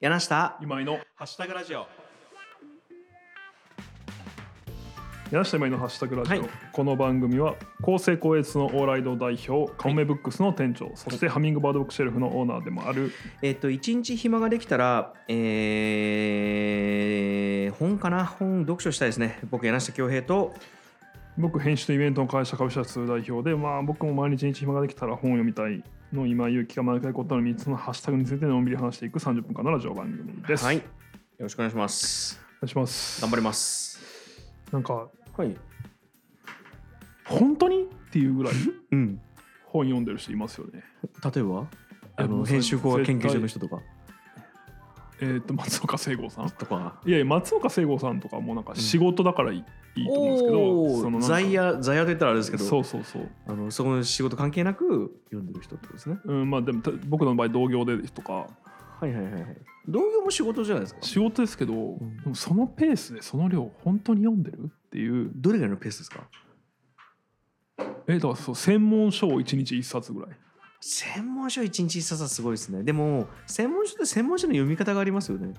柳下今井のハッシュタグラジオ柳下今井のハッシュタグラジオ、はいこの番組は公正高越のオーライド代表カモメブックスの店長、そしてハミングバードブックシェルフのオーナーでもあるえっと一日暇ができたら、えー、本かな本読書したいですね僕柳下恭平と僕編集とイベントの会社株式会社通代表でまあ僕も毎日日暇ができたら本を読みたいの今勇気が毎回異なる3つのハッシュタグについてのんびり話していく30分間のラジオ番組です、はいよおろしくお願いします願いします頑張りますなんかはい本当にっていうぐらいうん本読んでる人いますよね 例えばああのの編集法研究所の人とかえーっと松岡聖剛さんとかいやいや松岡聖剛さんとかもなんか仕事だからいい,、いいと思うんですけどおそーのなんか在野在野と言ったらあれですけどそうそうそう、あのそこの仕事関係なく読んでる人ってことですねうん、まあでもた僕の場合同業でとかはいはいはいはい同業も仕事じゃないですか仕事ですけど、んでもそのペースでその量本当に読んでるっていうどれぐらいのペースですかえだからそう専門書を1日1冊ぐらい専門書一日一冊はすごいですねでも専門書って専門書の読み方がありますよね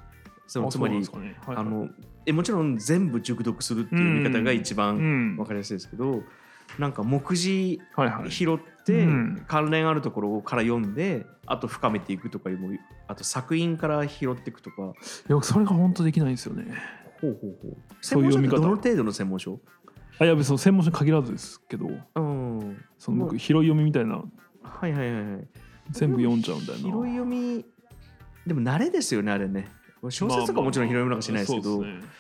そのあつまり、そうなんですかねはいはいあのえもちろん全部熟読するっていう読み方が一う番んわかりやすいですけど、なんか目次はいはい拾って、うん関連あるところから読んであと深めていくとかいうもあと作品から拾っていくとかいやそれが本当できないんですよねほうほうほうそ専ういう門書って読み方どの程度の専門書あいや別に専門書に限らずですけどうんその僕拾い読みみたいなはいはいはいはい全部読んじゃうんだよな拾い読みでも慣れですよねあれね小説とかもちろん拾い読みなんかしないですけど、まあまあまあそうですね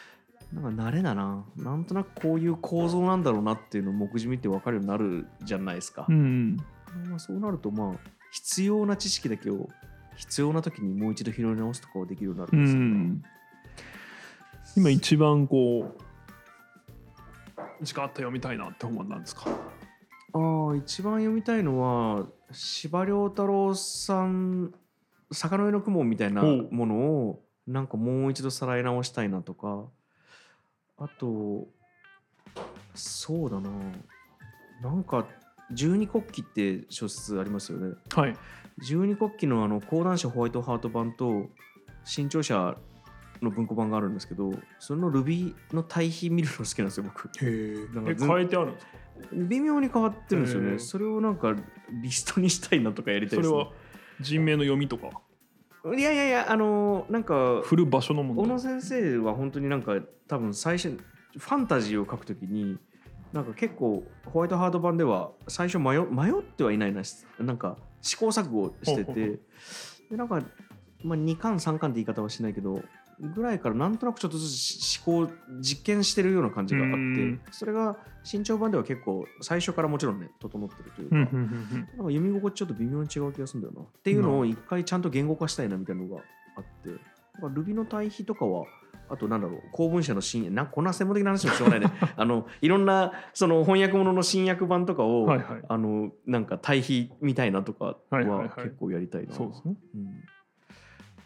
なんか慣れだななんとなくこういう構造なんだろうなっていうのを目次見て分かるようになるじゃないですか、うんまあ、そうなるとまあ必要な知識だけを必要な時にもう一度拾い直すとかはできるようになるうんですよん今一番こう時間あったら読みたいなって本は何ですかああ一番読みたいのは司馬遼太郎さん「坂の上の雲」みたいなほうものをなんかもう一度さらい直したいなとかあとそうだななんか十二国旗って小説ありますよねはい十二国旗のあの講談社ホワイトハート版と新潮社の文庫版があるんですけどそれのルビーの対比見るの好きなんですよ僕なんかえず変えてあるんですか微妙に変わってるんですよへねーそれをなんかリストにしたいなとかやりたいでそれす、はね、人名の読みとかいやいやいやあのーなんか振る場所の小問題野先生は本当になんか多分最初ファンタジーを書くときになんか結構ホワイトハード版では最初迷迷ってはいないななんか試行錯誤してほうほうほてでなんか、まあ、2巻3巻って言い方はしないけどぐらいからなんとなくちょっとずつ試行実験してるような感じがあっうてんそれが新潮版では結構最初からもちろんね整ってるといううかんうんうんうんなんか読み心地ちょっと微妙に違う気がするんだよな。っていうのを一回ちゃんと言語化したいなみたいなのがあって、なんか Ruby の対比とかは、あとなんだろう、公文社の新、なこんな専門的な話もしょう がないね。あの、いろんなその翻訳物の新訳版とかを、はいはいあの、なんか対比みたいなとかはいはいははい結構やりたいな。そうですねうん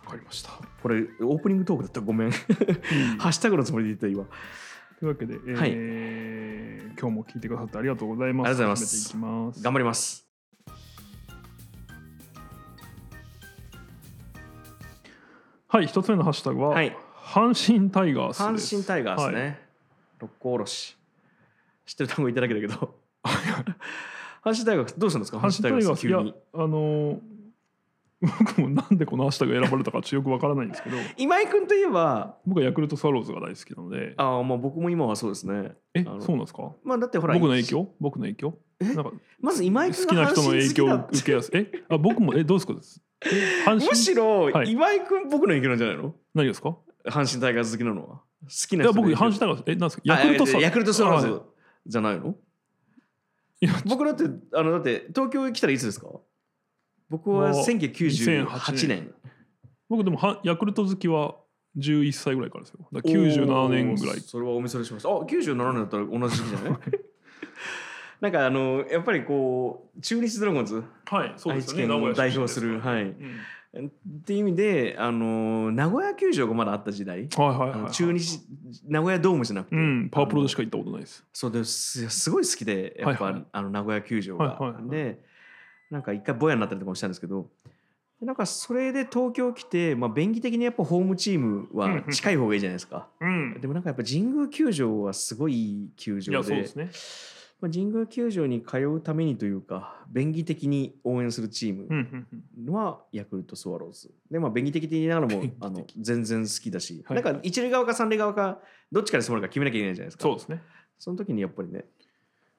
わかりましたこれ、オープニングトークだったらごめん。 ハッシュタグのつもりで言った今。というわけで、えーはい今日も聞いてくださってありがとうございます。ありがとうございます始めていきます。頑張ります。はい、一つ目のハッシュタグは、はい阪神タイガースで阪す。神タイガースはい。ね、六甲おろし知ってる単語言っただけだけど 阪神タイガースどうしたんですか阪阪神タ神タイイガガーーススい急やにあのー僕もなんでこのハッシュタグが選ばれたかちょっとよくわからないんで すけど、今井君といえば僕はヤクルトスワローズが大好きなので、あー、まあ、僕も今はそうですねえ、あそうのなんですか？まあだってほら僕の影響？僕の影響？なんかまず今井好君きがな阪人の神影好き響だを受けやすい。え、あ、僕もえどうですか？え阪むしろはい今井君僕の影響なんじゃないの何がですか？阪神タイガース好きなのは好きいなや人の影僕阪響神タイガースえなんですか？あヤクルトいスやワいやヤクルトスワローはズじゃないのいいや僕だってあのだって東京来たらいつですか僕はもう1998 2008年僕でもはヤクルト好きは11歳ぐらいからですよだから97年ぐらおいーそれはお見それしましたあ97年だったら同じ時期じゃない なんかあのやっぱりこう中日ドラゴンズ、はいそうで愛す知よね県名古を屋代出身表でするはいうんっていう意味であの名古屋球場がまだあった時代、はいはいはいあはのい中日名古屋ドームじゃなくて、うんパワープロでしか行ったことないですそうですすごい好きでやっぱ、はいはあの名古屋球場が、はいはいはいでなんか一回ボヤになったりとかもしたんですけどでなんかそれで東京来て、まあ、便宜的にやっぱホームチームは近い方がいいじゃないですか。うんでもなんかやっぱ神宮球場はすごいいい球いや場そうでですねまあ、神宮球場に通うためにというか便宜的に応援するチーうんムうんうんはヤクルトスワローズで、まあ、便宜的に言いながらも 便宜的あの全然好きだし、はいなんか一塁側か三塁側かどっちからしてもらうか決めなきゃいけないじゃないですかそうですねその時にやっぱりね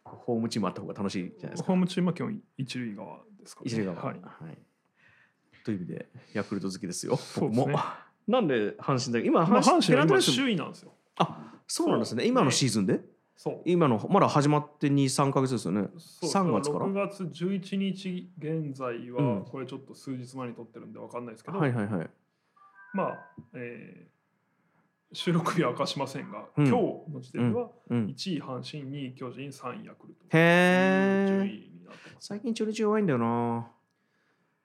ホームチームあった方が楽しいじゃないですか ホームチームは基本一塁側ですから、ね、一塁側は、ははいい、という意味でヤクルト好きですよそう僕ですねも、 なんで阪神だ今まあ阪神阪ペ神ナはントレ今ース首位なんですよあそうなんですね今のシーズンでそう今のまだ始まって23か月ですよねそう3月から6月11日現在は、うんこれちょっと数日前に撮ってるんでわかんないですけど、はいはいはいまあ、えー収録日は明かしませんが、うん今日の時点ではうん1位阪神、2位巨人、3位ヤクルトへという順位え。になってます。最近中日弱いんだよな。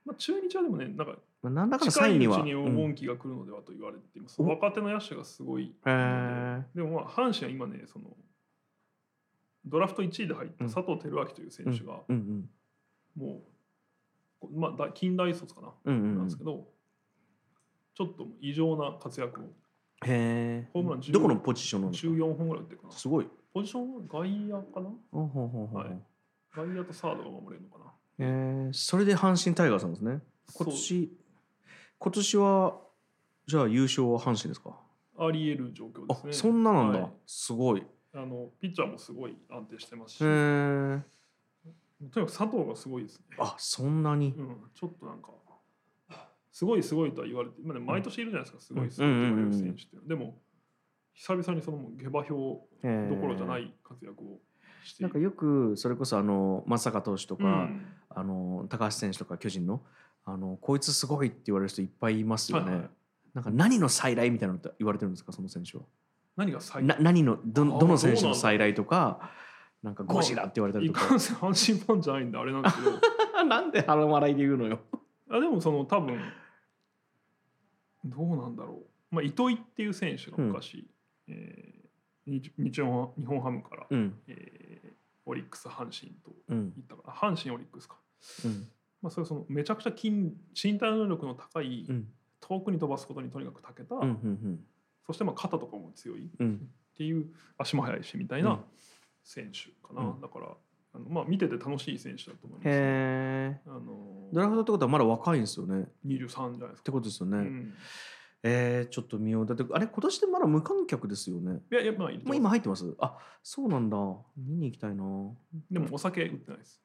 まあ、中日はでもね、なんかまあなんだかのサ近インいうにちは。に黄うんへ金期が来るのではと言われています。お若手の野手がすごい。え。でもまあ阪神は今ね、そのドラフト1位で入った佐藤輝明という選手が、うんもう、こまあだ、近代卒かな、うん。うんうんなうんんですけど、ちょっと異常な活躍を、へホームランえ。 10どこのポジションなの14本ぐらい打ってるかな。すごい。ポジションは外野かなほうほうほうほうはい外野とサードが守れるのかなへえ。それで阪神タイガースなんですね。今そう年、今年は、じゃあ優勝は阪神ですかあり得る状況ですあね。そんななんはだい。すごい。へあのピッチャーもすごい安定してますし、え。とにかく佐藤がすごいですね。あそんなにう。ん、ちょっとなんか、すごいすごいとは言われて、まあね、毎年いるじゃないですか、すごいすごいと言われる選手っていうのは。でも、久々にそのもう下馬評へえどころじゃな。い活躍をしていなんかる。よくそれこそあの松坂投手とうかんあの高橋選手とか巨人のあのこいつすごいって言われる人いっぱいいますよね。はいはいなんか何の再来みたいなのって言われてるんですかその選手は。何が最な何のどあどの選手の再来とかなんかゴジラって言われたりいとかか。 んせん阪神ファンじゃないんであれなん ですけどなんで腹笑いで言うのよ。あでもその多分どうなんだろう、まあ、糸井っていう選手が昔、えー日日本日本ハムから、うんえーオリックス阪神とうんいったから阪神オリックスか、うんまあ、それはそのめちゃくちゃ筋身体能力の高い、うん遠くに飛ばすことにとにかく長けた、うんうんそしてまあ肩とかも強いっうんていう足も速いしみたいうなん選手かな、うんだからあの、まあ、見てて楽しい選手だと思います、ね。へえ。あのドラフトってことはまだ若いんですよね。っ23じゃないですかて。ことですよね。うんえーちょっと見ようだってあれ今年でまだ無観客ですよね。いやいやまあいいともう思い今ます入ってますあそうなんだ見に行きたいなでもお酒売ってないです。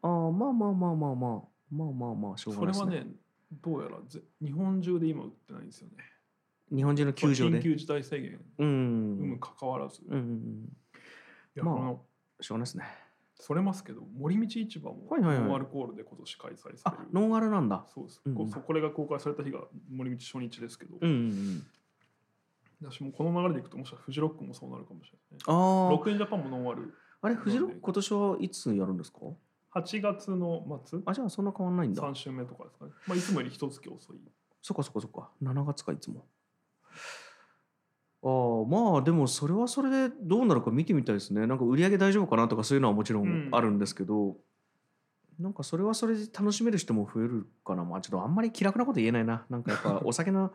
あーまあまあまあまあまあまあまあまあしょうそがないれですはねねどうやらぜ日本中で今売ってないんですよね。日本人の球場で緊急事態宣言うん有無かかわらず。うんうんうんいやまあこのしょうがないですねそれますけど森道市場もはいはいはいノンアルコールで今年開催される。あノンアルなんだそうです、うんこうそこれが公開された日が森道初日ですけど、うんうんうん私もこの流れでいくともしかしたらフジロックもそうなるかもしれないですあね。ロあックインジャパンもノンアルあれフジロック今年はいつやるんですか8月の末あじゃあそんな変わんないんだ3週目とかですかね。まあいつもより一月遅い。そっかそっかそっか7月かいつもああまあでもそれはそれでどうなるか見てみたいですねなんか売り上げ大丈夫かなとかそういうのはもちろうんんあるんですけど、なんかそれはそれで楽しめる人も増えるかなまあちょっとあんまり気楽なこと言えないななんかやっぱお酒の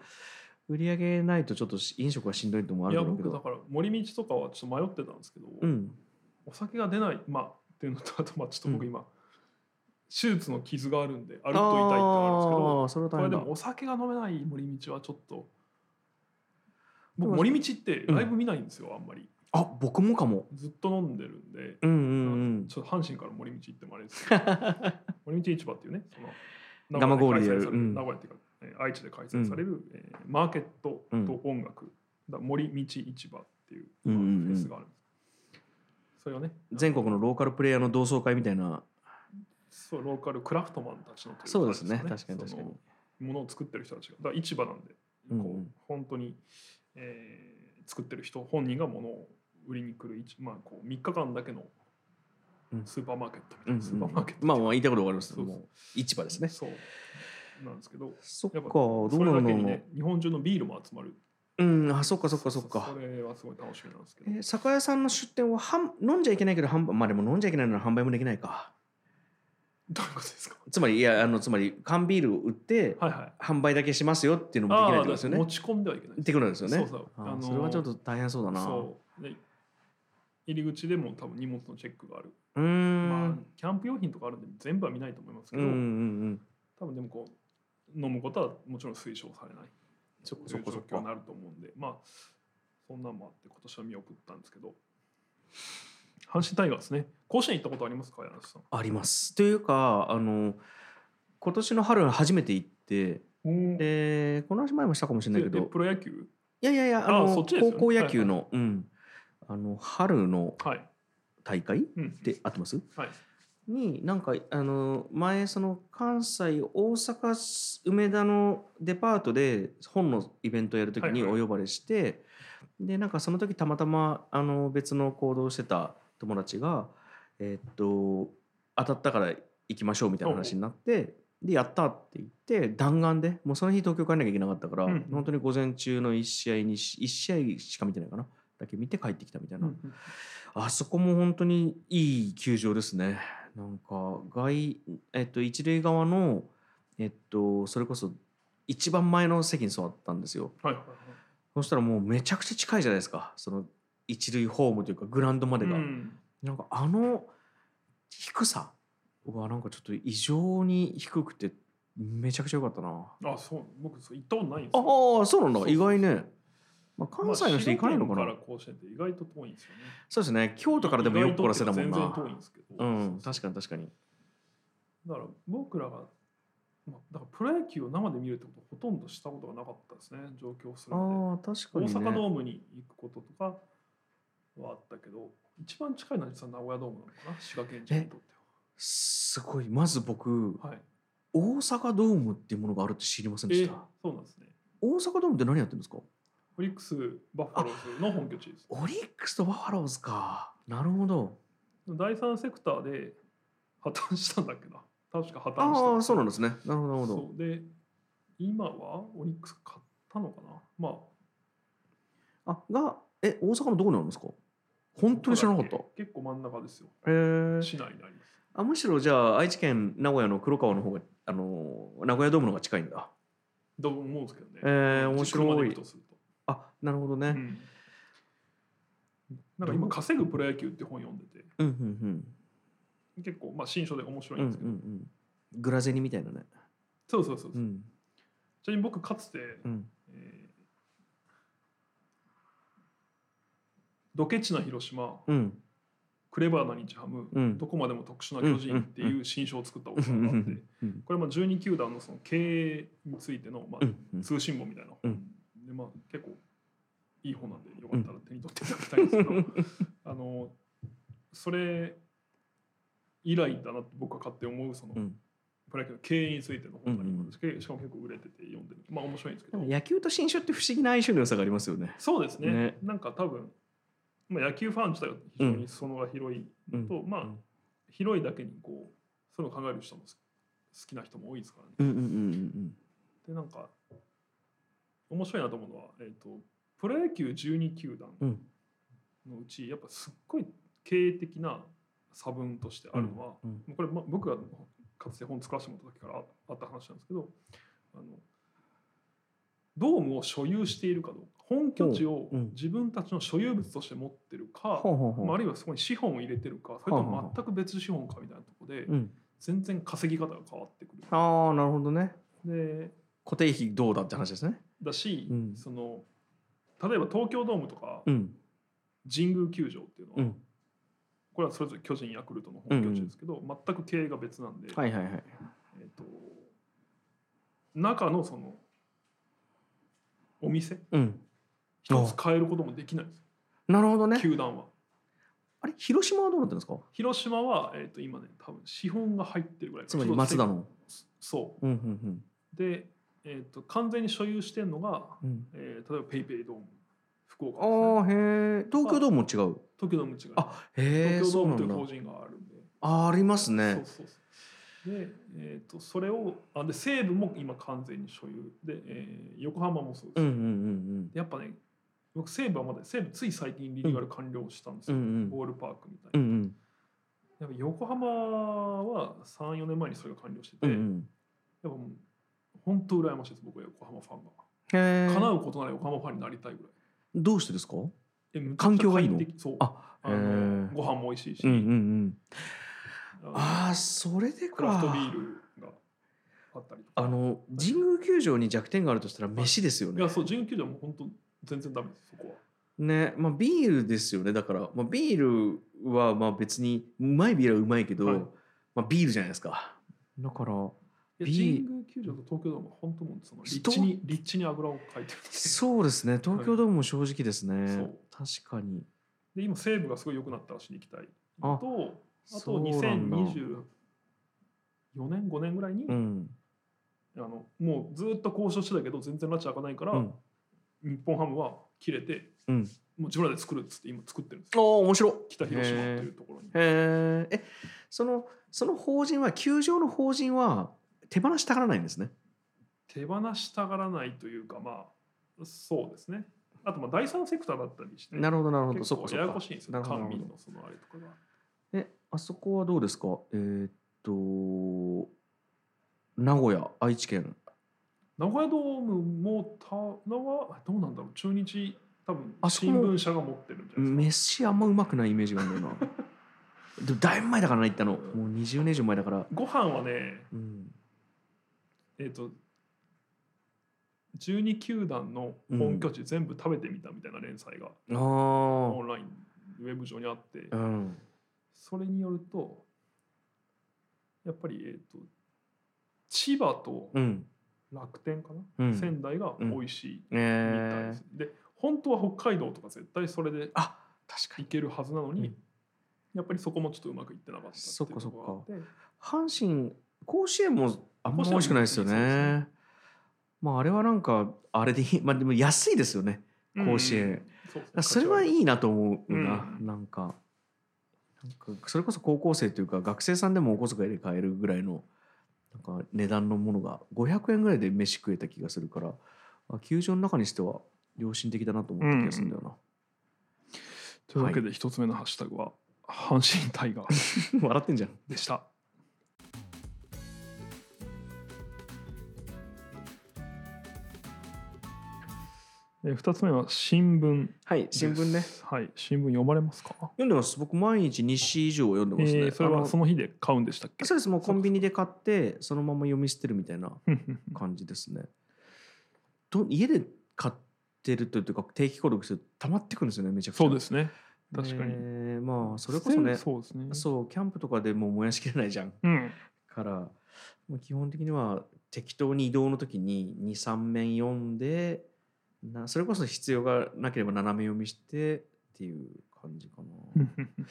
売り上げないとちょっとし飲食はしんどいともあいるやだろう僕けだどから森道とかはちょっと迷ってたんですけど、うんお酒が出ない、まあ、っていうのと、あと、まあ、ちょっと僕今、手術の傷があるんで、歩くと痛いってのがあるんですけど、あーそれはこ大れ変でだもお酒が飲めない森道はちょっと、で僕、も森道ってうんライブ見ないんですよ、あんまり。あ僕もかもずっと飲んでるんで、うんうんちょっと阪神から森道行ってもあれですけ ど、森道市場っていうね、その、生ゴールでや開る催されるうん名古屋っていうか、えー愛知で開催される、えーマーケットと音楽、だ森道市場っていう、まあうんうんうんフェスがあるんです。それをね、うん全国のローカルプレイヤーの同窓会みたいなそうローカルクラフトマンたちのといかそうですねあれ確かに確そかのにものを作ってる人たちがだから市場なんで、うんうんこう本当に、えー作ってる人本人がものを売りに来る市まあこう3日間だけのうんスーパーマーケットみたうんいな、うん スーパーマーケットまあまあ言いたいことわかりますそうそうもう市場ですねそうなんですけどそっかやっぱどうそれなだるけの、にね日本中のビールも集まるうんあそっかそっかそっかそれはすごい楽しみなんですけど、えー酒屋さんの出店ははん飲んじゃいけないけど販売まあでも飲んじゃいけないなら販売もできないかどういうことですかつまりいやあのつまり缶ビールを売ってはいはい。販売だけしますよっていうのもできないあってあことですよね持。ち込んではいけない。ってことなんですよね。そうそうああーのーそれはちょっと大変そうだな。そうで入り口でも多分荷物のチェックがある。うーん。まあキャンプ用品とかあるんで全部は見ないと思いますけうんうど、んうん。多分でもこう飲むことはもちろん推奨されない。そっかそそういっうかそ状っ況にか。なると思うんで、まあそんなんもあって今年は見送ったんですけど。阪神タイガーですね。甲子園行ったことありますか、柳瀬さん。あります。というかあの今年の春初めて行ってででこの話前もしたかもしれないけでどプロ野球、いやいやいやああのそっちですよ高ね校野球の、うんあの春のはい、大会うん、で合ってますはい、になんかあの前その関西大阪梅田のデパートで本のイベントをやるときにはいおはい呼ばれして、でなんかその時たまたまあの別の行動をしてた友達が、えーっと当たったから行きましょうみたいな話になってでやったって言って弾丸でもうその日東京帰んなきゃいけなかったから、うん本当に午前中の1試合に1試合しか見てないかなだけ見て帰ってきたみたいな。あそこも本当にいい球場ですね。なんか外、えっと、一塁側の、えっと、それこそ一番前の席に座ったんですよ。はいはいそしたらもうめちゃくちゃ近いじゃないですか。その一塁ホームというかグラウンドまはいでが。うんなんかあの低さはなんかちょっと異常に低くてめちゃくちゃ良かったな。あそう僕そう行ったことないんですよああ、そうなんだ。そうそうそう意外ね。まあ、関西の人行かないのかな、まあ滋賀県から甲子園って意外と遠いんですよねそうですね。京都からでもよっこらせだもん意外とっていうな。か全然遠いんですけど、うん、確かに確かに。だから僕らが、まあ、だからプロ野球を生で見るってことほとんどしたことがなかったですね上京するんでああ確か大に、ね、阪ドームに行くこととかはあったけど一番近いのは実は名古屋ドームなのかな滋賀県人にとってすごいまず僕ははい大阪ドームっていうものがあるって知りませんでしえーた、そうなんですね大阪ドームって何やってるんですかオリックスバッファローズの本拠地ですオリックスとバファローズかなるほど第三セクターで破綻したんだっけな確か破綻したああそうなんのですねなるほどなるほどそうで今はオリックス買ったのかなまああがえ大阪のどこにあるんですか本当に知らなかったどこだけ結構真ん中ですよへえ市内になりますあむしろじゃあ愛知県名古屋の黒川の方があのー名古屋ドームの方が近いんだどう思うんですけどねえー面白い車で行くとするとあなるほどね、うんなんか今「稼ぐプロ野球」って本読んでてうん、うんうん結構まあ新書で面白うんいうでんすけど、うんグラゼニみたいなねそうそうそうそううんちなみに僕かつて、うんえードケチな広島うんクレバーな日ハム、うんどこまでも特殊な巨人っていう新書を作ったおうじさんがあっんてこれまあ12球団のその経営についてのまうんあ通信簿みたいな、うんでまあ結構いい本なんでよかったら手に取っていただきたいんですけど、 あのそれ以来だなって僕は勝手に思うその、うんプロ野球の経営についての本がありますし、しかも結構売れてて読んでるまあ面白いんですけでども野球と新種って不思議な相性の良さがありますよね。そうですねねなんか多分、まあ、野球ファン自体は非常にそのが広いと、まあうん広いだけにこうそういうの考える人も好きな人も多いですからね。うんうんうんうんでなんか面白いなと思うのは、えー、とプロ野球12球団うんのうちやっぱすっごい経営的な差分としてあるのは、うんこれ、ま、僕がかつて本作らせてもらった時からああった話なんですけどあのドームを所有しているかどうか本拠地をうん自分たちの所有物として持ってるか、ほうほうほうまあ、あるいはそこに資本を入れてるかそれとも全く別資本かみたいなところでうん全然稼ぎ方が変わってくる。ああなるほどね。で固定費どうだって話ですね。だし、うんその例えば東京ドームとかうん神宮球場っていうのは、うんこれはそれぞれ巨人ヤクルトの本拠地ですけど、全く経営が別なんで、はいはいはい。えー、と中のそのお店うん一つ変えることもできないんですよなるほどね。球団は。あれ広島はどうなってるんですか。広島は、えー、と今ね多分資本が入ってるぐらいつまり松田の。そうんうんうで、えー、と完全に所有してるのが、うんうん。えー例えばペイペイドーム福岡ですね、ああへえ。東京ドームも違う。東京ドーム違うあへえ。東京そドーうなムといんうだ法。人があるんであーありますそねう。そうそうで、えー、とそれをあで西武も今完全に所有で、えー横浜もそうでうす、んうんうんでやっぱね僕西武はまだ西武つい最近リニューアル完了したんですうんうよ、んうんボールパークみたいうんうんな、やっぱ横浜は3、4年前にそれが完了してて、うんうやっんぱもう本当羨ましいです、僕は横浜ファンが。へ叶ーうことなら横浜ファンになりたいぐらい。どうしてですかえむちゃくちゃ環境がいいの快適そうああのへーご飯も美味しいし、うんうんうんあのああそれでクラかフトビールがあったりとか。あの神宮球場に弱点があるとしたら飯ですよいねや、そう、準球場も本当全然ダメです、そこは。ねまあビールですよねだから、まあ、ビールはまあ別にうまいビールはうまいけど、はいまあ、ビールじゃないですかだからいやビー神宮球場と東京ドームは本当もうその立人地に立地にあぐらをかいてるそうですね東京ドームも正直ですね、そう確かにで今西武がすごい良くなったらしに行きたいのとあそとうなんだ2024年5年ぐらいに、うん、あのもうずっと交渉してたけど全然拉致開かないから、うん、日本ハムは切れて、うんもう自分らで作るっつって今作ってるんですおよお面白い北広島というところにへーえそのその法人は球場の法人は手放したがらないんですね手放したがらないというかまあそうですねあとまあ第三セクターだったりしてなるほどなるほど結そっか構そややっこかしいんですなよるほど官なるほ民どのそのあれとかが。えあそこはどうですかえーっと名古屋愛知県名古屋ドームもた名はどうなんだろう中日多分あそこ新も聞社が持ってるんじゃないです飯あんまうまくないイメージがあるんだよ なでもだいぶ前だからな行ったのもう20年以上前だからかご飯はねうんえっ、と12球団の本拠地全部食べてみたみたいな連載があオあンラインウェブ上にあってうんそれによるとやっぱりえっ、と千葉とうん楽天かな、うん仙台が美味しいえみたいでーす、、で本当は北海道とか絶対それであ確かいにけるはずなのに、うんやっぱりそこもちょっとうまくいってなかったっていうところがあって阪神甲子園もあんま美味しくないですよね甲子園もいいですまああれはなんかあれでいいまあでも安いですよねうん甲子園そうあそれはいいなと思うな、うんなんかなんかそれこそ高校生というか学生さんでもお小遣いで買えるぐらいのなんか値段のものが500円ぐらいで飯食えた気がするからあ球場の中にしては良心的だなと思った気がするんだよな、というわけで一つ目のハッシュタグは「阪神タイガー笑ってんじゃん」でした。えー二つ目は新聞はいです新聞ね。はい、新聞読まれますか。読んでます僕毎日2紙以上読んでますね、えーそれあはのその日で買うんでしたっけ。そうですもうコンビニで買ってそのまま読み捨てるみたいなふんふんふん感じですねと家で買ってるというか定期購読すると溜まってくるんですよねめちゃくちゃそうですね。確かに。にまあそれこそねそそうですね。うキャンプとかでもう燃やしきれないじゃんうん。からもう基本的には適当に移動の時に23面読んでなそれこそ必要がなければ斜め読みしてっていう感じかふなんふんふん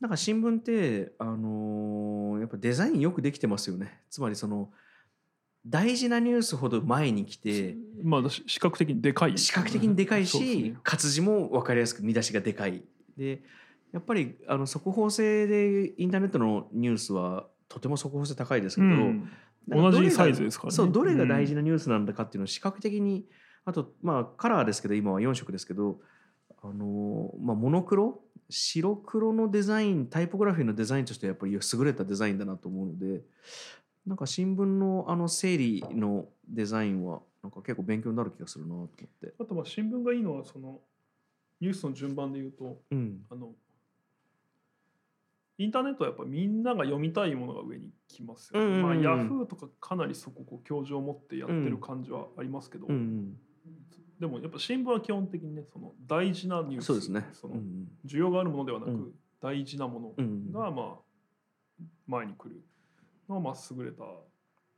なんか新聞って、あのーやっぱデザインよくできてますよね。つまりその大事なニュースほど前に来てまあだし視覚的にでかい視覚的にでかいそうですし、ね活字も分かりやすく見出しがでかい。でやっぱりあの速報性でインターネットのニュースはとても速報性高いですけど、うんなんかどれ同がじサイズですからねそうどれが大事なニュースなんだかっていうのを視覚的に、あとまあカラーですけど今は4色ですけどあのーまあモノクロ白黒のデザインタイポグラフィーのデザインとしてはやっぱり優れたデザインだなと思うのでなんか新聞のあの整理のデザインはなんか結構勉強になる気がするなと思って。あとまあ新聞がいいのはそのニュースの順番で言うとうん、あのインターネットはやっぱみんなが読みたいものが上に来ますよね、うんうんうんまあ、ヤフーとかかなりそここう教授を持ってやってる感じはありますけど、うんでもやっぱ新聞は基本的にねその大事なうニューん、スそうですね。そうのん需要があるものではなく、うん大事なもうのん、がまあ前に来るのはまあ優れた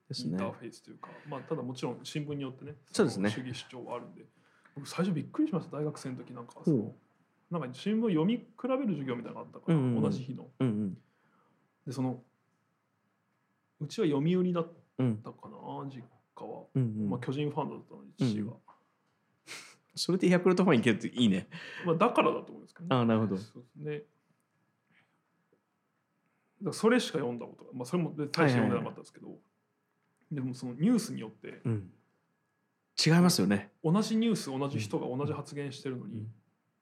ですインねタ。ーフェースというか、まあ、ただもちろん新聞によってね、そうですね主義主張はあるんで、僕最初びっくりしました、大学生の時なんか、ほそうのなんか新聞読み比べる授業みたいなのがあったから、うんうんうん同じ日の。うんで、その、うちは読売だっうんうんたかな、実家は。うんうんまあ、巨人ファンだったのに、父が。それでヤクルトファンいけるっていいね。まあ、だからだと思うんですけどね。あーなるほどそうですねだからそれしか読んだことが、まあ、それも別に大して読んでなかったんですけど、でもそのニュースによって、うん、違いますよね。同じニュース同じ人が同じ発言してるのに、うん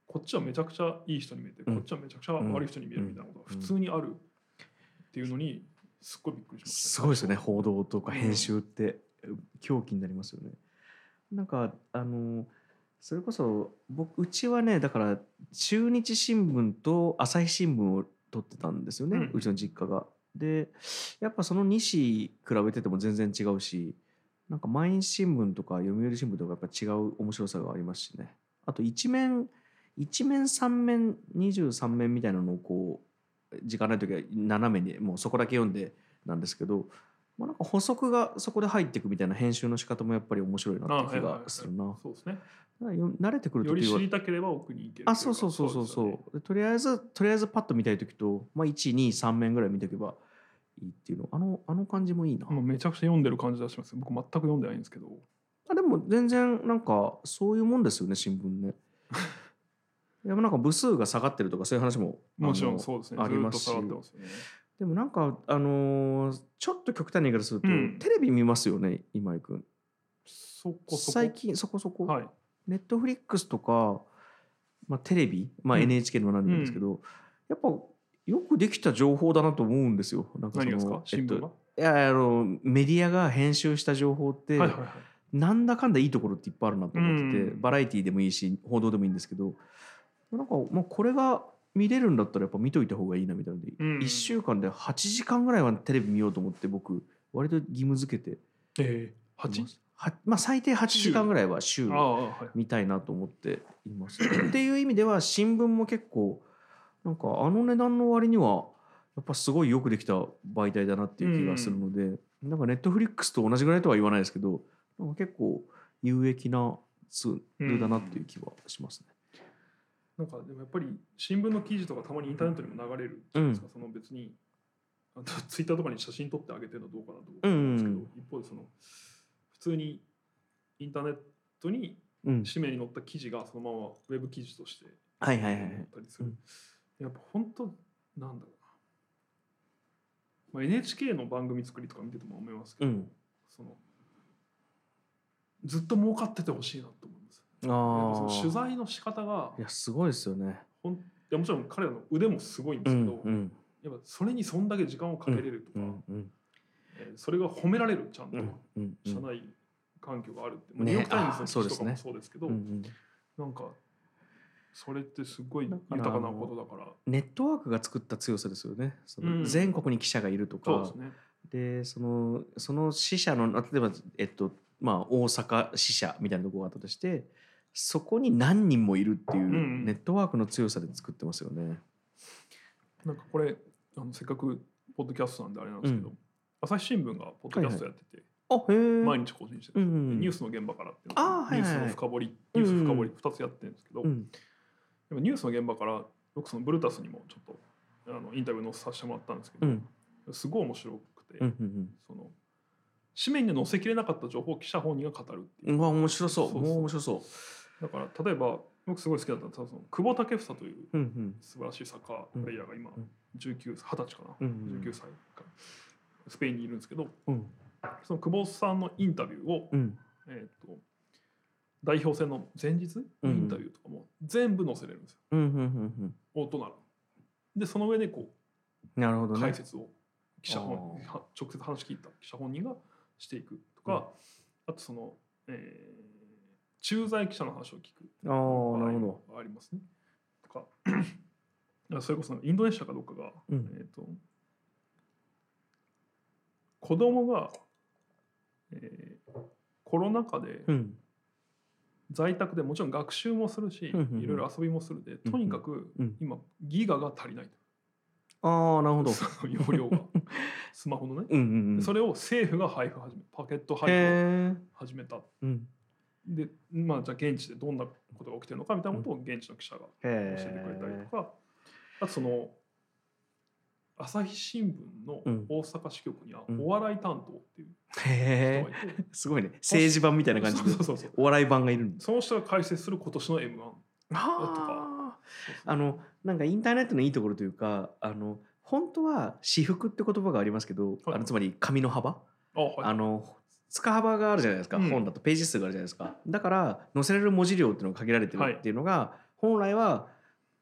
こっちはめちゃくちゃいい人に見えて、うんこっちはめちゃくちゃ悪い人に見えるみたいなことが普通にあるっていうのにすっごいびっくりしましたすごいですよね報道とか編集って狂気になりますよね。なんかあのそれこそ僕うちはねだから中日新聞と朝日新聞を取ってたんですよね、ううんちの実家が。でやっぱその2紙比べてても全然違うしなんか毎日新聞とか読売新聞とかやっぱ違う面白さがありますしねあと一面一面三面23面みたいなのをこう時間ない時は斜めにもうそこだけ読んでなんですけど、まあ、なんか補足がそこで入っていくみたいな編集の仕方もやっぱり面白いなって気がするな。そうですねだからよ慣れてくるよとりき知はりたければ奥に行けるといかあそうそうそうそうそうですよねでとりあえずとりあえずパッと見たい時と、まあ、123面ぐらい見ておけばいいっていうのあのあの感じもいいな、もうめちゃくちゃ読んでる感じがします僕全く読んでないんですけどあでも全然なんかそういうもんですよね新聞ねいやなんか部数が下がってるとかそういう話ももちろあんのそうですねありますしずっと触ってますよねでもなんかあのーちょっと極端な言い方すると、うんテレビ見ますよね今井君そこそこ最近そこそこ、はいネットフリックスとか、まあ、テレビ、まあ、うん NHK でもなんでもいいんですけど、やっぱよくできた情報だなと思うんですよ。なんかそ何のがですか新え聞っが、と、いやあのメディアが編集した情報って、はいはいはいなんだかんだいいところっていっぱいあるなと思ってて、うんバラエティーでもいいし報道でもいいんですけどなんか、まあ、これが見れるんだったらやっぱ見といた方がいいなみたいなので、うん1週間で8時間ぐらいはテレビ見ようと思って僕割と義務付けていえー、八ますはまあ、最低8時間ぐらいは週ああはいみたいなと思ってい ます。っていう意味では新聞も結構なんかあの値段の割にはやっぱすごいよくできた媒体だなっていう気がするので、なんかネットフリックスと同じぐらいとは言わないですけどなんか結構有益なツールだなっていう気はしますね。なんかでもやっぱり新聞の記事とかたまにインターネットにも流れるじゃないですか、その別にあと ツイッターとかに写真撮ってあげてるのどうかなと思うんですけど、うんうん一方でその普通にインターネットにうん、紙面に載った記事がそのままウェブ記事としてはいは載いはいはいっ。たりする、うんやっぱ本当なんだろうな、まあ、NHK の番組作りとか見てても思いますけうど、ん、そのずっと儲かっててほしいなと思うんですやっあぱそのあ取材の仕方がいやすごいですよね。ほんいやもちろん彼らの腕もすごいんでうすけんど、うんやっぱそれにそんだけ時間をかけれるとうか、んうんえーそれが褒められるちゃんと、うんうんう社ん内環境があるって、まあねニューヨーク・タイムズあの記事とかもそうですけどうんうんなんかそれってすごいだから豊かなことだからネットワークが作った強さですよね。そのうん全国に記者がいるとか、そうですねでそのその支社の例えば、えっとまあ、大阪支社みたいなところがあったとしてそこに何人もいるっていうんうんネットワークの強さで作ってますよね。なんかこれあのせっかくポッドキャストなんであれなんですけど、う朝日新聞がポッドキャストやってて、あへえ。毎日更新してうる、んうん、ニュースの現場からっていうあーはいはいニュースの深掘りニュース深掘り2つやってるんですけど、うんでもニュースの現場から僕そのブルータスにもちょっとあのインタビュー載せさせてもらったんですけうど、んすごい面白くて、うんうんその紙面に載せきれなかった情報を記者本人が語るってう、いうんうわ面白そうそうそうもう面白そだから例えば僕すごい好きだったのはその久保建英というう。うん素晴らしいサッカープレイヤーが今うん19歳20歳かな、うんうん19歳かスペインにいるんですけどうんうんその久保さんのインタビューを、うんえー、と代表戦の前日のインタビューとかも全部載せれるんですよ、うんうんうん大人なら。でその上でこううんなるほどね解。説を記者本人は直接話聞いた記者本人がしていくとうんか、あとその、えー駐在記者の話を聞くああなるほど。どありますねとかそれこそインドネシアか どっかが、うんえー、と子供が、えーコロナ禍でうん在宅でもちろん学習もするし、うんうんうんいろいろ遊びもするでとにかくうん、今ギガが足りないああなるほど。その容 量がスマホのねうんうんうん、でそれれを政府が配布始めパケット配布をへえ。始めたうんでまあじゃあ現地でどんなことが起きてるのかみたいなことを現地の記者が教へええてくれたりとかあとその朝日新聞のうん大阪支局にはうんお笑い担当っていう人へがいて、え。すごいね政治版みたいな感じでそうそうそうそうお笑い版がいるんですその人が解説する今年の M1 あそうそうあのなんかインターネットのいいところというかあの本当は私服って言葉がありますけど、はいあのつまり紙の幅、あはいあの塚幅があるじゃないですか、うん本だとページ数があるじゃないですかだから載せられる文字量っていうのが限られてはいるっていうのが、本来は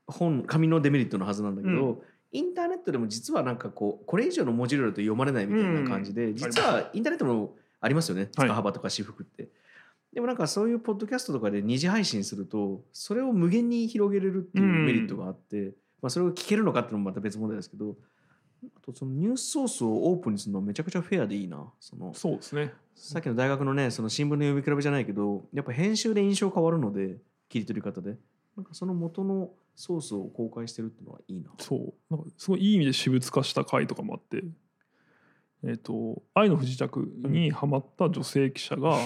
本紙のデメリットのはずなんだけど、インターネットでも実はなんかこうこれ以上の文字量だと読まれないみたいな感じで、ん実はインターネットもありますよねはい塚幅とか私服って、でもなんかそういうポッドキャストとかで二次配信するとそれを無限に広げれるっていうメリットがあって、まあ、それを聞けるのかっていうのもまた別問題ですけどあとそのニュースソースをオープンにするのめちゃくちゃフェアでいいなそのそうですね。さっきの大学のねその新聞の読み比べじゃないけどやっぱ編集で印象変わるので切り取り方でなんかその元のソースを公開してるっていうのはいいな。そうなんかすごいいい意味で私物化した回とかもあって、えー、と愛の不時着にハマった女性記者 が、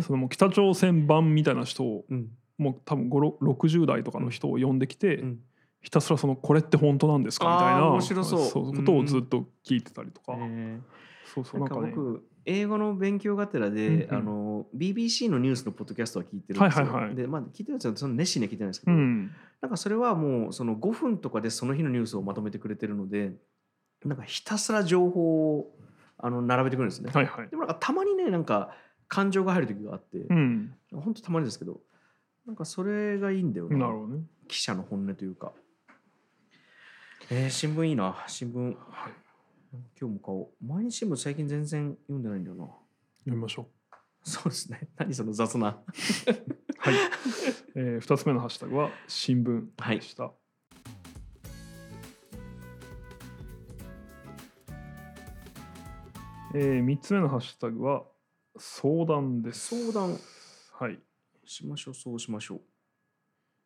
そのもう北朝鮮版みたいな人をうんもう多分5 60代とかの人を呼んできて、うんひたすらその「これって本当なんですか?」みたいあなー面白そうそうことをずっと聞いてたりとか、えそうそーうななんんかかね僕英語の勉強がてらで、うんうんあの BBC のニュースのポッドキャストは聞いてるんですよ。はいはいはいで、まあ、聞いてるやつはその熱心には聞いてないですけうど、ん、なんかそれはもうその5分とかでその日のニュースをまとめてくれてるのでなんかひたすら情報をあの並べてくるんですね。はいはいでもなんかたまにねなんか感情が入る時があって、うん、ほんとたまにですけどなんかそれがいいんだよななるほどね記者の本音というか。えー、新聞いいな新聞はい今日も買おう毎日新聞最近全然読んでないんだよな読みましょうそうですね何その雑なはい、えー、2つ目のハッシュタグは新聞でした、えー、3つ目のハッシュタグは相談です相談はいしましょうそうしましょう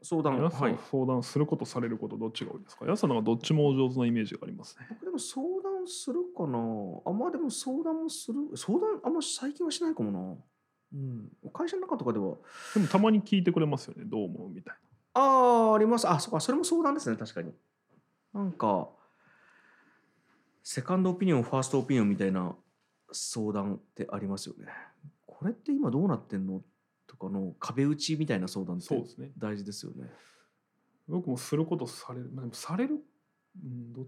相談皆さはいんは相談することされることどっちが多いですか皆さんなんかどっちもお上手なイメージがありますねでも相談するかなあんまでも相談もする相談あんま最近はしないかもなうん会社の中とかではでもたまに聞いてくれますよねどう思うみたいああありますあそうかそれも相談ですね確かになんかセカンドオピニオンファーストオピニオンみたいな相談ってありますよねこれって今どうなってんのとかの壁打ちみたいな相談っなそうてですね大事ですよね僕もすることされる、まあ、でもされる、うん、ど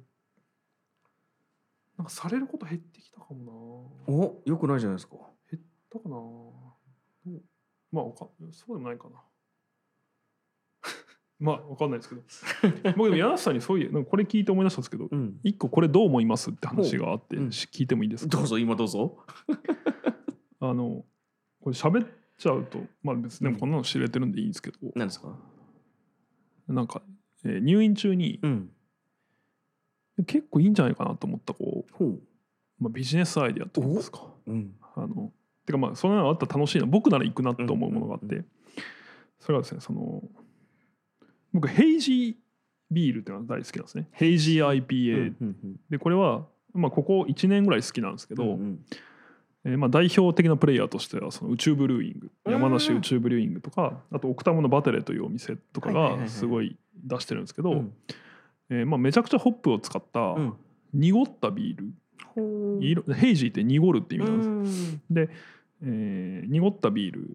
なんかされること減ってきたかもなおよくないじゃないですか減ったかなうんまあわかそうでもない かなまあわかんないですけど僕でも柳瀬さんにそういうなんかこれ聞いて思い出したんですけどうん一個これどう思いますって話があって、うんし聞いてもいいですかどうぞ今どうぞあのこれ喋っちゃうとまあ別にでうんもこんなの知れてるんでいいんですけど、何ですかなんか、えー入院中にうん結構いいんじゃないかなと思ったこほうう、まあ、ビジネスアイデアといいますかうんあのてかまあそんなのあったら楽しいな僕なら行くなって思うものがあって、うんうんそれはですねその僕ヘイジービールっていうのが大好きなんですねヘイジー IPA、うんでこれは、まあ、ここ1年ぐらい好きなんですけど、うんえーまあ代表的なプレイヤーとしてはその宇宙ブルーイングうん山梨宇宙ブルーイングとかあと奥多摩のバテレというお店とかはいはいはいはいがすごい出してるんですけど、うんえーまあ、めちゃくちゃホップを使ったうん濁ったビール、ほう色ヘイジーって濁るって意味なんですうんで、えー濁ったビール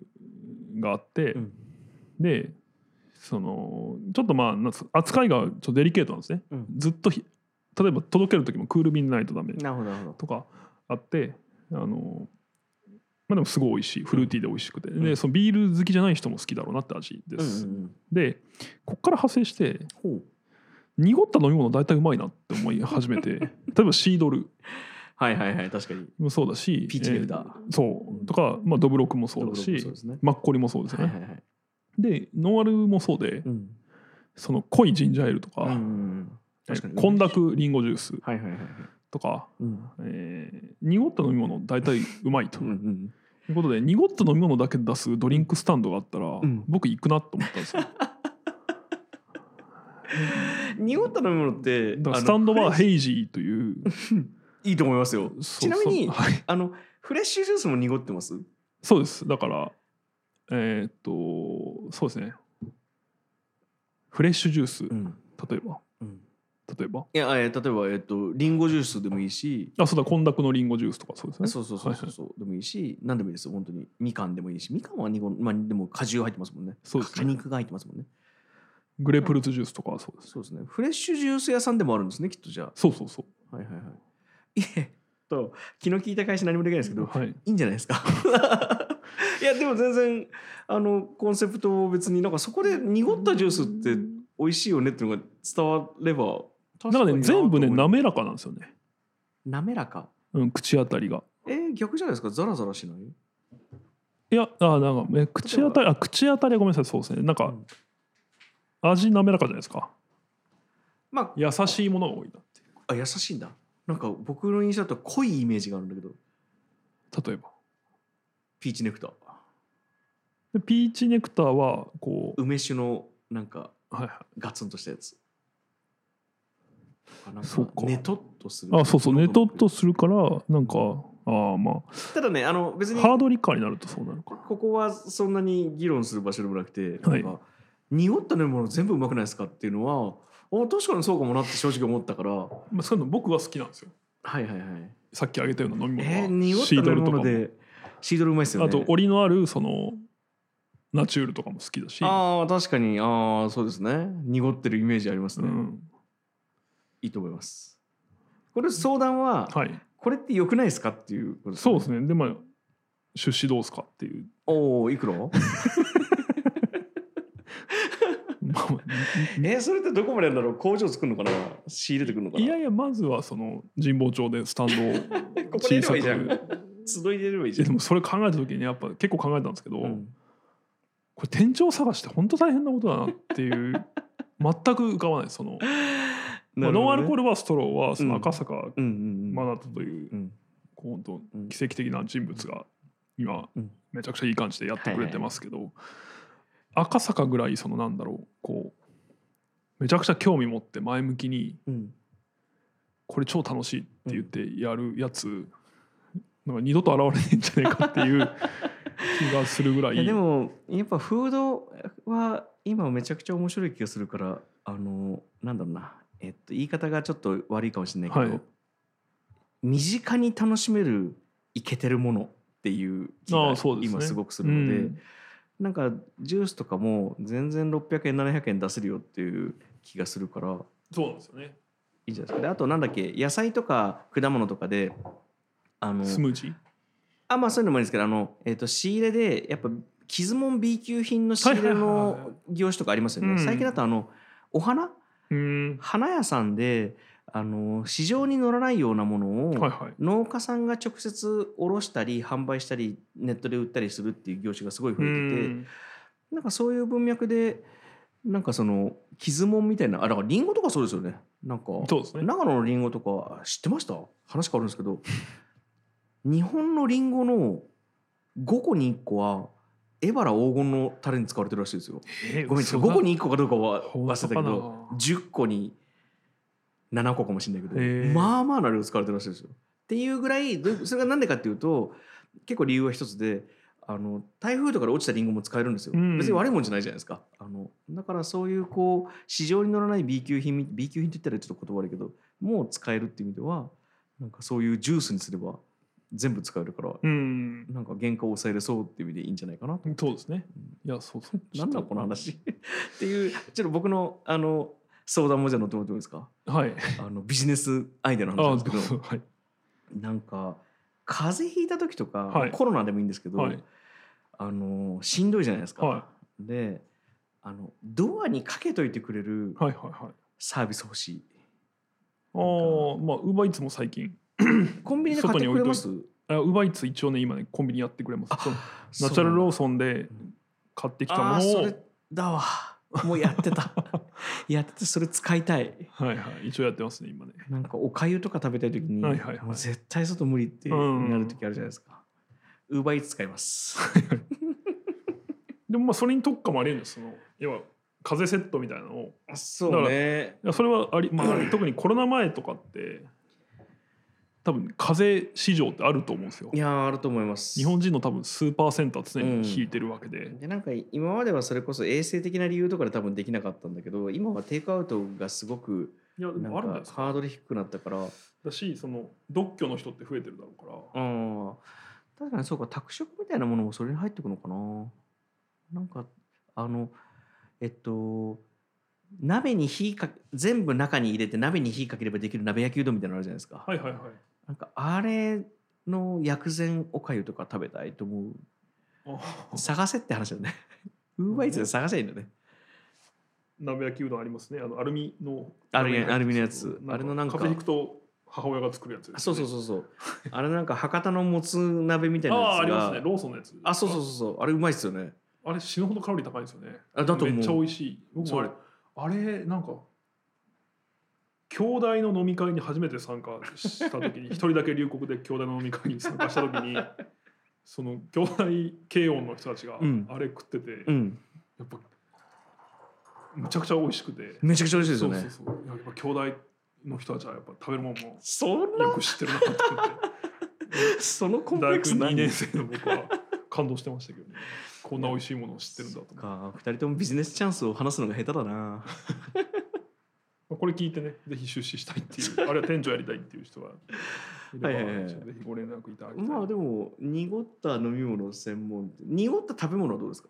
があって、うんでそのちょっとまあなんつ扱いがちょっとデリケートなんですねうんずっとひ例えば届ける時もクール便でないとダメなるほどなるほどとかあってあのまあでもすごい美味しいフルーティーで美味しくて、うでんそのビール好きじゃない人も好きだろうなって味でうんす、うんうんでこっから派生してほう濁った飲み物大体うまいなって思い 始めて例えばシードルはいはいはい確かにもそうだしピーチレフダーえーそうとか、まあ、ドブロクもそうドだブロックもしそうですねマッコリもそうですよね、はいはい。でノンアルもそうで、うん。その濃いジンジャーエールとか、うんうんうん。え確かに。ー混濁リンゴジュースはいはいはいはい。とか、うん。えー濁った飲み物大体うまいとうんうん。ということで濁った飲み物だけ出すドリンクスタンドがあったら、ん僕行くなと思った んですよだか濁った飲み物って、あらのスタンドはフレッシヘイジーというュいいと思いますよ。そう ちなみにそう、はい、あの、フレッシュジュースも濁ってますそうですだからえーっとそうですねフレッシュジュース例ん。えばうん。例えばいや、えー例えば、えっと、リンゴジュースでもいいし、あそうだ混濁のリンゴジュースとかそうですねそうそうそうそうそう、でもいいし、何でもいいですよ、本当に。みかんでもいいし、みかんは濁る、まあ、でも果汁入ってますもんね。そうです果ね肉が入ってますもんね。グレープフルーツジュースとかはそうですそうですね。フレッシュジュース屋さんでもあるんですね、きっとじゃそうそうそあ。はいはいはい。いえ、と、気の利いた会社何もできないですけうど、はいいいんじゃないですか いやでも全然あのコンセプトを別になんかそこで濁ったジュースって美味しいよねっていうのが伝わればななんかね全部ね滑らかなんですよね、滑らか。うん、口当たりがえー、逆じゃないですか、ザラザラしないいやあなんかえ口当たりあ口当たりはごめんなさいそうですねなんうかん味滑らかじゃないですかま優しいものが多いなっていあ、あ、優しいんだ。なんか僕の印象だと濃いイメージがあるんだけど、う例えばピーチネクター。でピーチネクターはこう、梅酒のなんかはいはガツンとしたやつ。あなんそうかネトッとする。い、あそうそうネトッとするからなんかああまただね、あの別あにハードリカーになるとそうなのかここはそんなに議論する場所でもなくて、はいなんか濁った飲み物全部うまくないですかっていうのはあ確かにそうかもなって正直思ったからはまあ、少なくとも僕は好きなんですよいはいはいさっきあげたような飲み物は、えー、濁ったシ飲ードみルと物かもでシードルうまいっすよねあと折りのあるそのナチュールとかも好きだしあー確かにああそうですね濁ってるイメージありますうね、ん、いいと思いますこれ相談は、はいこれって良くないですかっていうことですねそうですねでまあ出資どうすかっていう、 おおいくらまあまえー、それってどこまでやるんだろう工場作るのかな仕入れてくるのかあ、ないやいやまずはその神保町でスタンドを ここでやればいいじゃん小さ集いでやればいいいじやゃんでもそれ考えた時にやっぱ結構考えたんですけど、うんこれ店長探して本当大変なことだなっていう 全く浮かばないその、まあなるほどねノンアルコールはストローはその赤坂うんうんうん真人という、うんこう本当うん奇跡的な人物が今、うんめちゃくちゃいい感じでやってくれてますけど、赤坂ぐらいそのなんだろうこうめちゃくちゃ興味持って前向きにうんこれ超楽しいって言ってやるやつ、なんか二度と現れねえんじゃねえかっていう気がするぐら いいやでもやっぱフードは今めちゃくちゃ面白い気がするからあのなんだろうな、えっと、言い方がちょっと悪いかもしれないけど、はい身近に楽しめるイケてるものっていう気あがあそうですね今すごくするのでうんなんかジュースとかも全然600円700円出せるよっていう気がするからそうなんですよねいいじゃないですかであとなんだっけ野菜とか果物とかであのスムージーあまあそういうのもいいんですけどあの、えー、と仕入れでやっぱ傷もん B 級品の仕入れはいはいはいはの業種とかありますよね、うん最近だとあのお花うん花屋さんであの市場に乗らないようなものはいをはい農家さんが直接卸したり販売したりネットで売ったりするっていう業種がすごい増うえててんなんかそういう文脈でなんかその傷もんみたいなあだからリンゴとかそうですよねなんかそうですね長野のリンゴとか知ってました話変わるんですけ ど日本のリンゴの5個に1個はエバラ黄金のタレに使われてるらしいですよえーごめん嘘5だ個に1個かどうかは本忘当れたけどかな10個に7個かもしれないけど、へーまあまあな量使われてるらしいですよっていうぐらいどそれがなんでかっていうと結構理由は一つであの台風とかで落ちたリンゴも使えるんですよ、うん別に悪いもんじゃないじゃないですかあのだからそういうこう市場に乗らない B 級品み B 級品って言ったらちょっと言葉悪いけどもう使えるっていう意味ではなんかそういうジュースにすれば全部使えるから、うんなんか原価を抑えれそうっていう意味でいいんじゃないかなとそうですねいやそうそう なんだこの話っていうちょっと僕のあの相談もじゃあ乗ってもらってもいいですかはいあのビジネスアイデアの話あなんあですどけうどぞはいなんか風邪ひいた時とか、はいコロナでもいいんですけど、はいあのしんどいじゃないですか。はであのドアにかけといてくれるはいはいはいサービス欲しい。ああまあウーバーイーツも最近コンビニで買ってくれますウーバーイーツ一応ね今ねコンビニやってくれますそのナチュラルローソンで買ってきたもあーのをそれだわもうやって たやっててそれ使いたいはいはい一応やってますね今ねなんかおかゆとか食べたい時に、はいはいはいもう絶対外無理ってうんなる時あるじゃないですかウーバーイーツ使いますでもまあそれに特化もありえるんですその要は風邪セットみたいなのをいそうねやそれはあり、 まあ、特にコロナ前とかって多分風邪市場ってあると思うんですよいやーあると思います日本人の多分数パーセントは常に引いてるわけで、でなんか今まではそれこそ衛生的な理由とかで多分できなかったんだけど今はテイクアウトがすごくいやでなんもあるんじかゃないですかハードル低くなったからだしその独居の人って増えてるだろうからうん確かにそうか宅食みたいなものもそれに入ってくのかななんかあのえっと鍋に火か全部中に入れて鍋に火かければできる鍋焼きうどんみたいなのあるじゃないですか、はいはいはいなんかあれの薬膳おかゆとか食べたいと思うあ探せって話だよねウーバーイーツで探せばいいんだね鍋焼きうどんありますね。あのアルミのアルミ鍋焼きアルミのやつそうあれのなんか風邪ひくと母親が作るやつですね、あそうそうそう そう。あれなんか博多のもつ鍋みたいなやつあが。あありますね。ローソンのやつ。あそうそうそうそう。あれうまいっすよね。あれ死ぬほどカロリー高いですよね。あだと思うめっちゃ美味しい。僕もあれそあれなんか兄弟の飲み会に初めて参加した時に一人だけ留国で兄弟の飲み会に参加した時 にその兄弟慶音の人たちがうんあれ食ってて、うやん。っぱむちゃくちゃ美味しくて、めちゃくちゃ美味しいですそようね。そうそういややっぱ兄弟の人たちはやっぱ食べるもんもそんよく知ってるなと思 ってな そのコンプレ大ック学スな2い年生の僕は感動してましたけどねこんな美味しいものを知ってるんだ と思ってか二人ともビジネスチャンスを話すのが下手だな。まあこれ聞いてね、ぜひ出資したいっていう、あるいは店長やりたいっていう人は、はいはいはいぜひご連絡いただきたい。まあでも濁った飲み物専門店濁った食べ物はどうですか。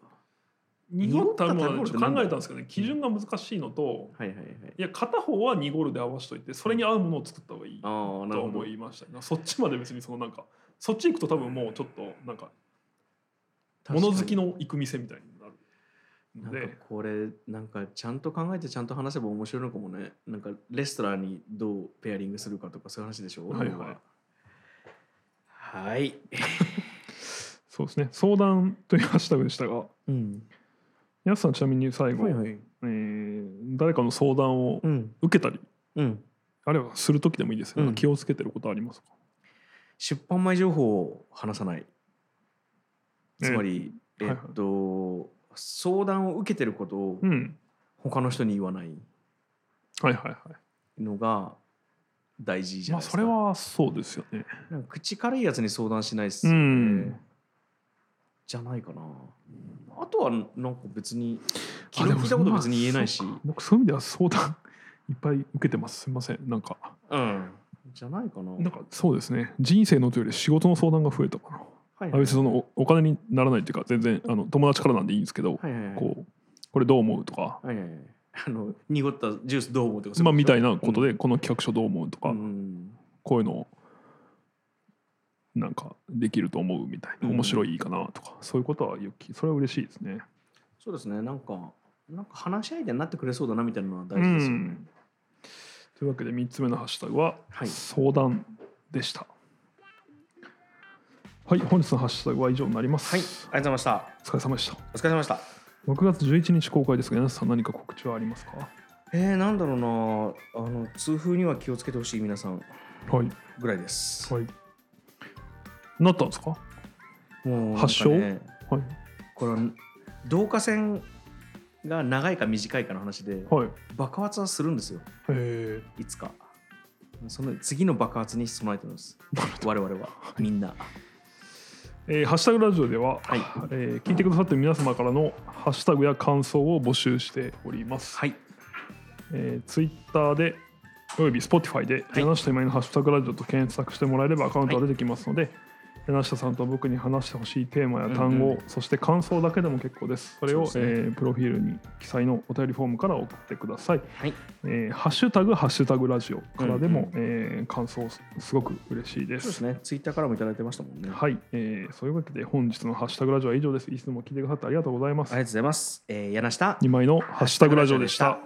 濁ったもの濁はっちた食べょっと物ってなん考だえたんですけどね、基準が難しいのと、はいはいはい。いや、片方は濁るで合わせといて、それに合うものを作った方がいいとああなるほど思。いましたね、そっちまで別にそのなんか、そっち行くと多分もうちょっとなんか、物好きの行く店みたいになるなのんかで、これなんかちゃんと考えてちゃんと話せば面白いのかもねなんかレストランにどうペアリングするかとかそういう話でしょはいはいなんかはい、そうですね、相談というハッシュタグでしたが、うん、皆さんちなみに最後、いえー誰かの相談をうん受けたり、うんあるいはする時でもいいですけど、うん気をつけてることありますか出版前情報を話さないつまりええはいはいっと、相談を受けてることをうん。他の人に言わないはいはいはい。のが大事じゃなまあいですかそれはそうですよね。なんか口軽いやつに相談しないっすうよね、んじゃないかなあとはなんか別にあ気でのも利いたことは別に言えないし、まあそうか僕そういう意味では相談いっぱい受けてます。すみません。なんか、うんじゃないかななんかそうですね。人生のというより仕事の相談が増えたかな。はいあ別にそのおお金にならないっていうか全然あの友達からなんでいいんですけど、はいはいはいこうこれどう思うとか、はいはいはいあの濁ったジュースどう思うとかそうまあみたいいなことでこの企画書どう思うとか、ううんこういうのをなんかできると思うみたいなうん面白いかなとか、そういうことはよきそれは嬉しいですね。そうですねなんかなんか話し合いでになってくれそうだなみたいなのは大事ですよね、うんというわけで3つ目のハッシュタグは「はい相談」でした。はい、本日のハッシュタグは以上になります。はいありがとうございましたお疲れ様でした。お疲れ様でした6月11日公開ですが、皆さん何か告知はありますかえー、なんだろうなあの痛風には気をつけてほしい皆さんはい。ぐらいです、はい。なったんですかもうなんかね発症はい。これは導火線が長いか短いかの話ではい。爆発はするんですよえいつかその次の爆発に備えてるんです我々はみんなーえーハッシュタグラジオでは、はいえー聞いてくださってる皆様からのハッシュタグや感想を募集しております。はいえー、Twitter でおよび Spotify で「い柳下今井のハッシュタグラジオ」と検索してもらえればアカウントが出てきますので、柳下さんと僕に話してほしいテーマや単語、うんうんそして感想だけでも結構ですそれをそうでえープロフィールに記載のお便りフォームから送ってくださいはい「えーハッシュタグハッシュタグラジオ」からでも、うえー感想すすごく嬉しいでそうですす。ねツイッターからもいただいてましたもんね、あはい、えー、そういうわけで本日の「ハッシュタグラジオ」は以上ですいつも聞いてくださってありがとうございりまがすとうございます、えー、柳下2枚の「ハッシュタグラジオ」でした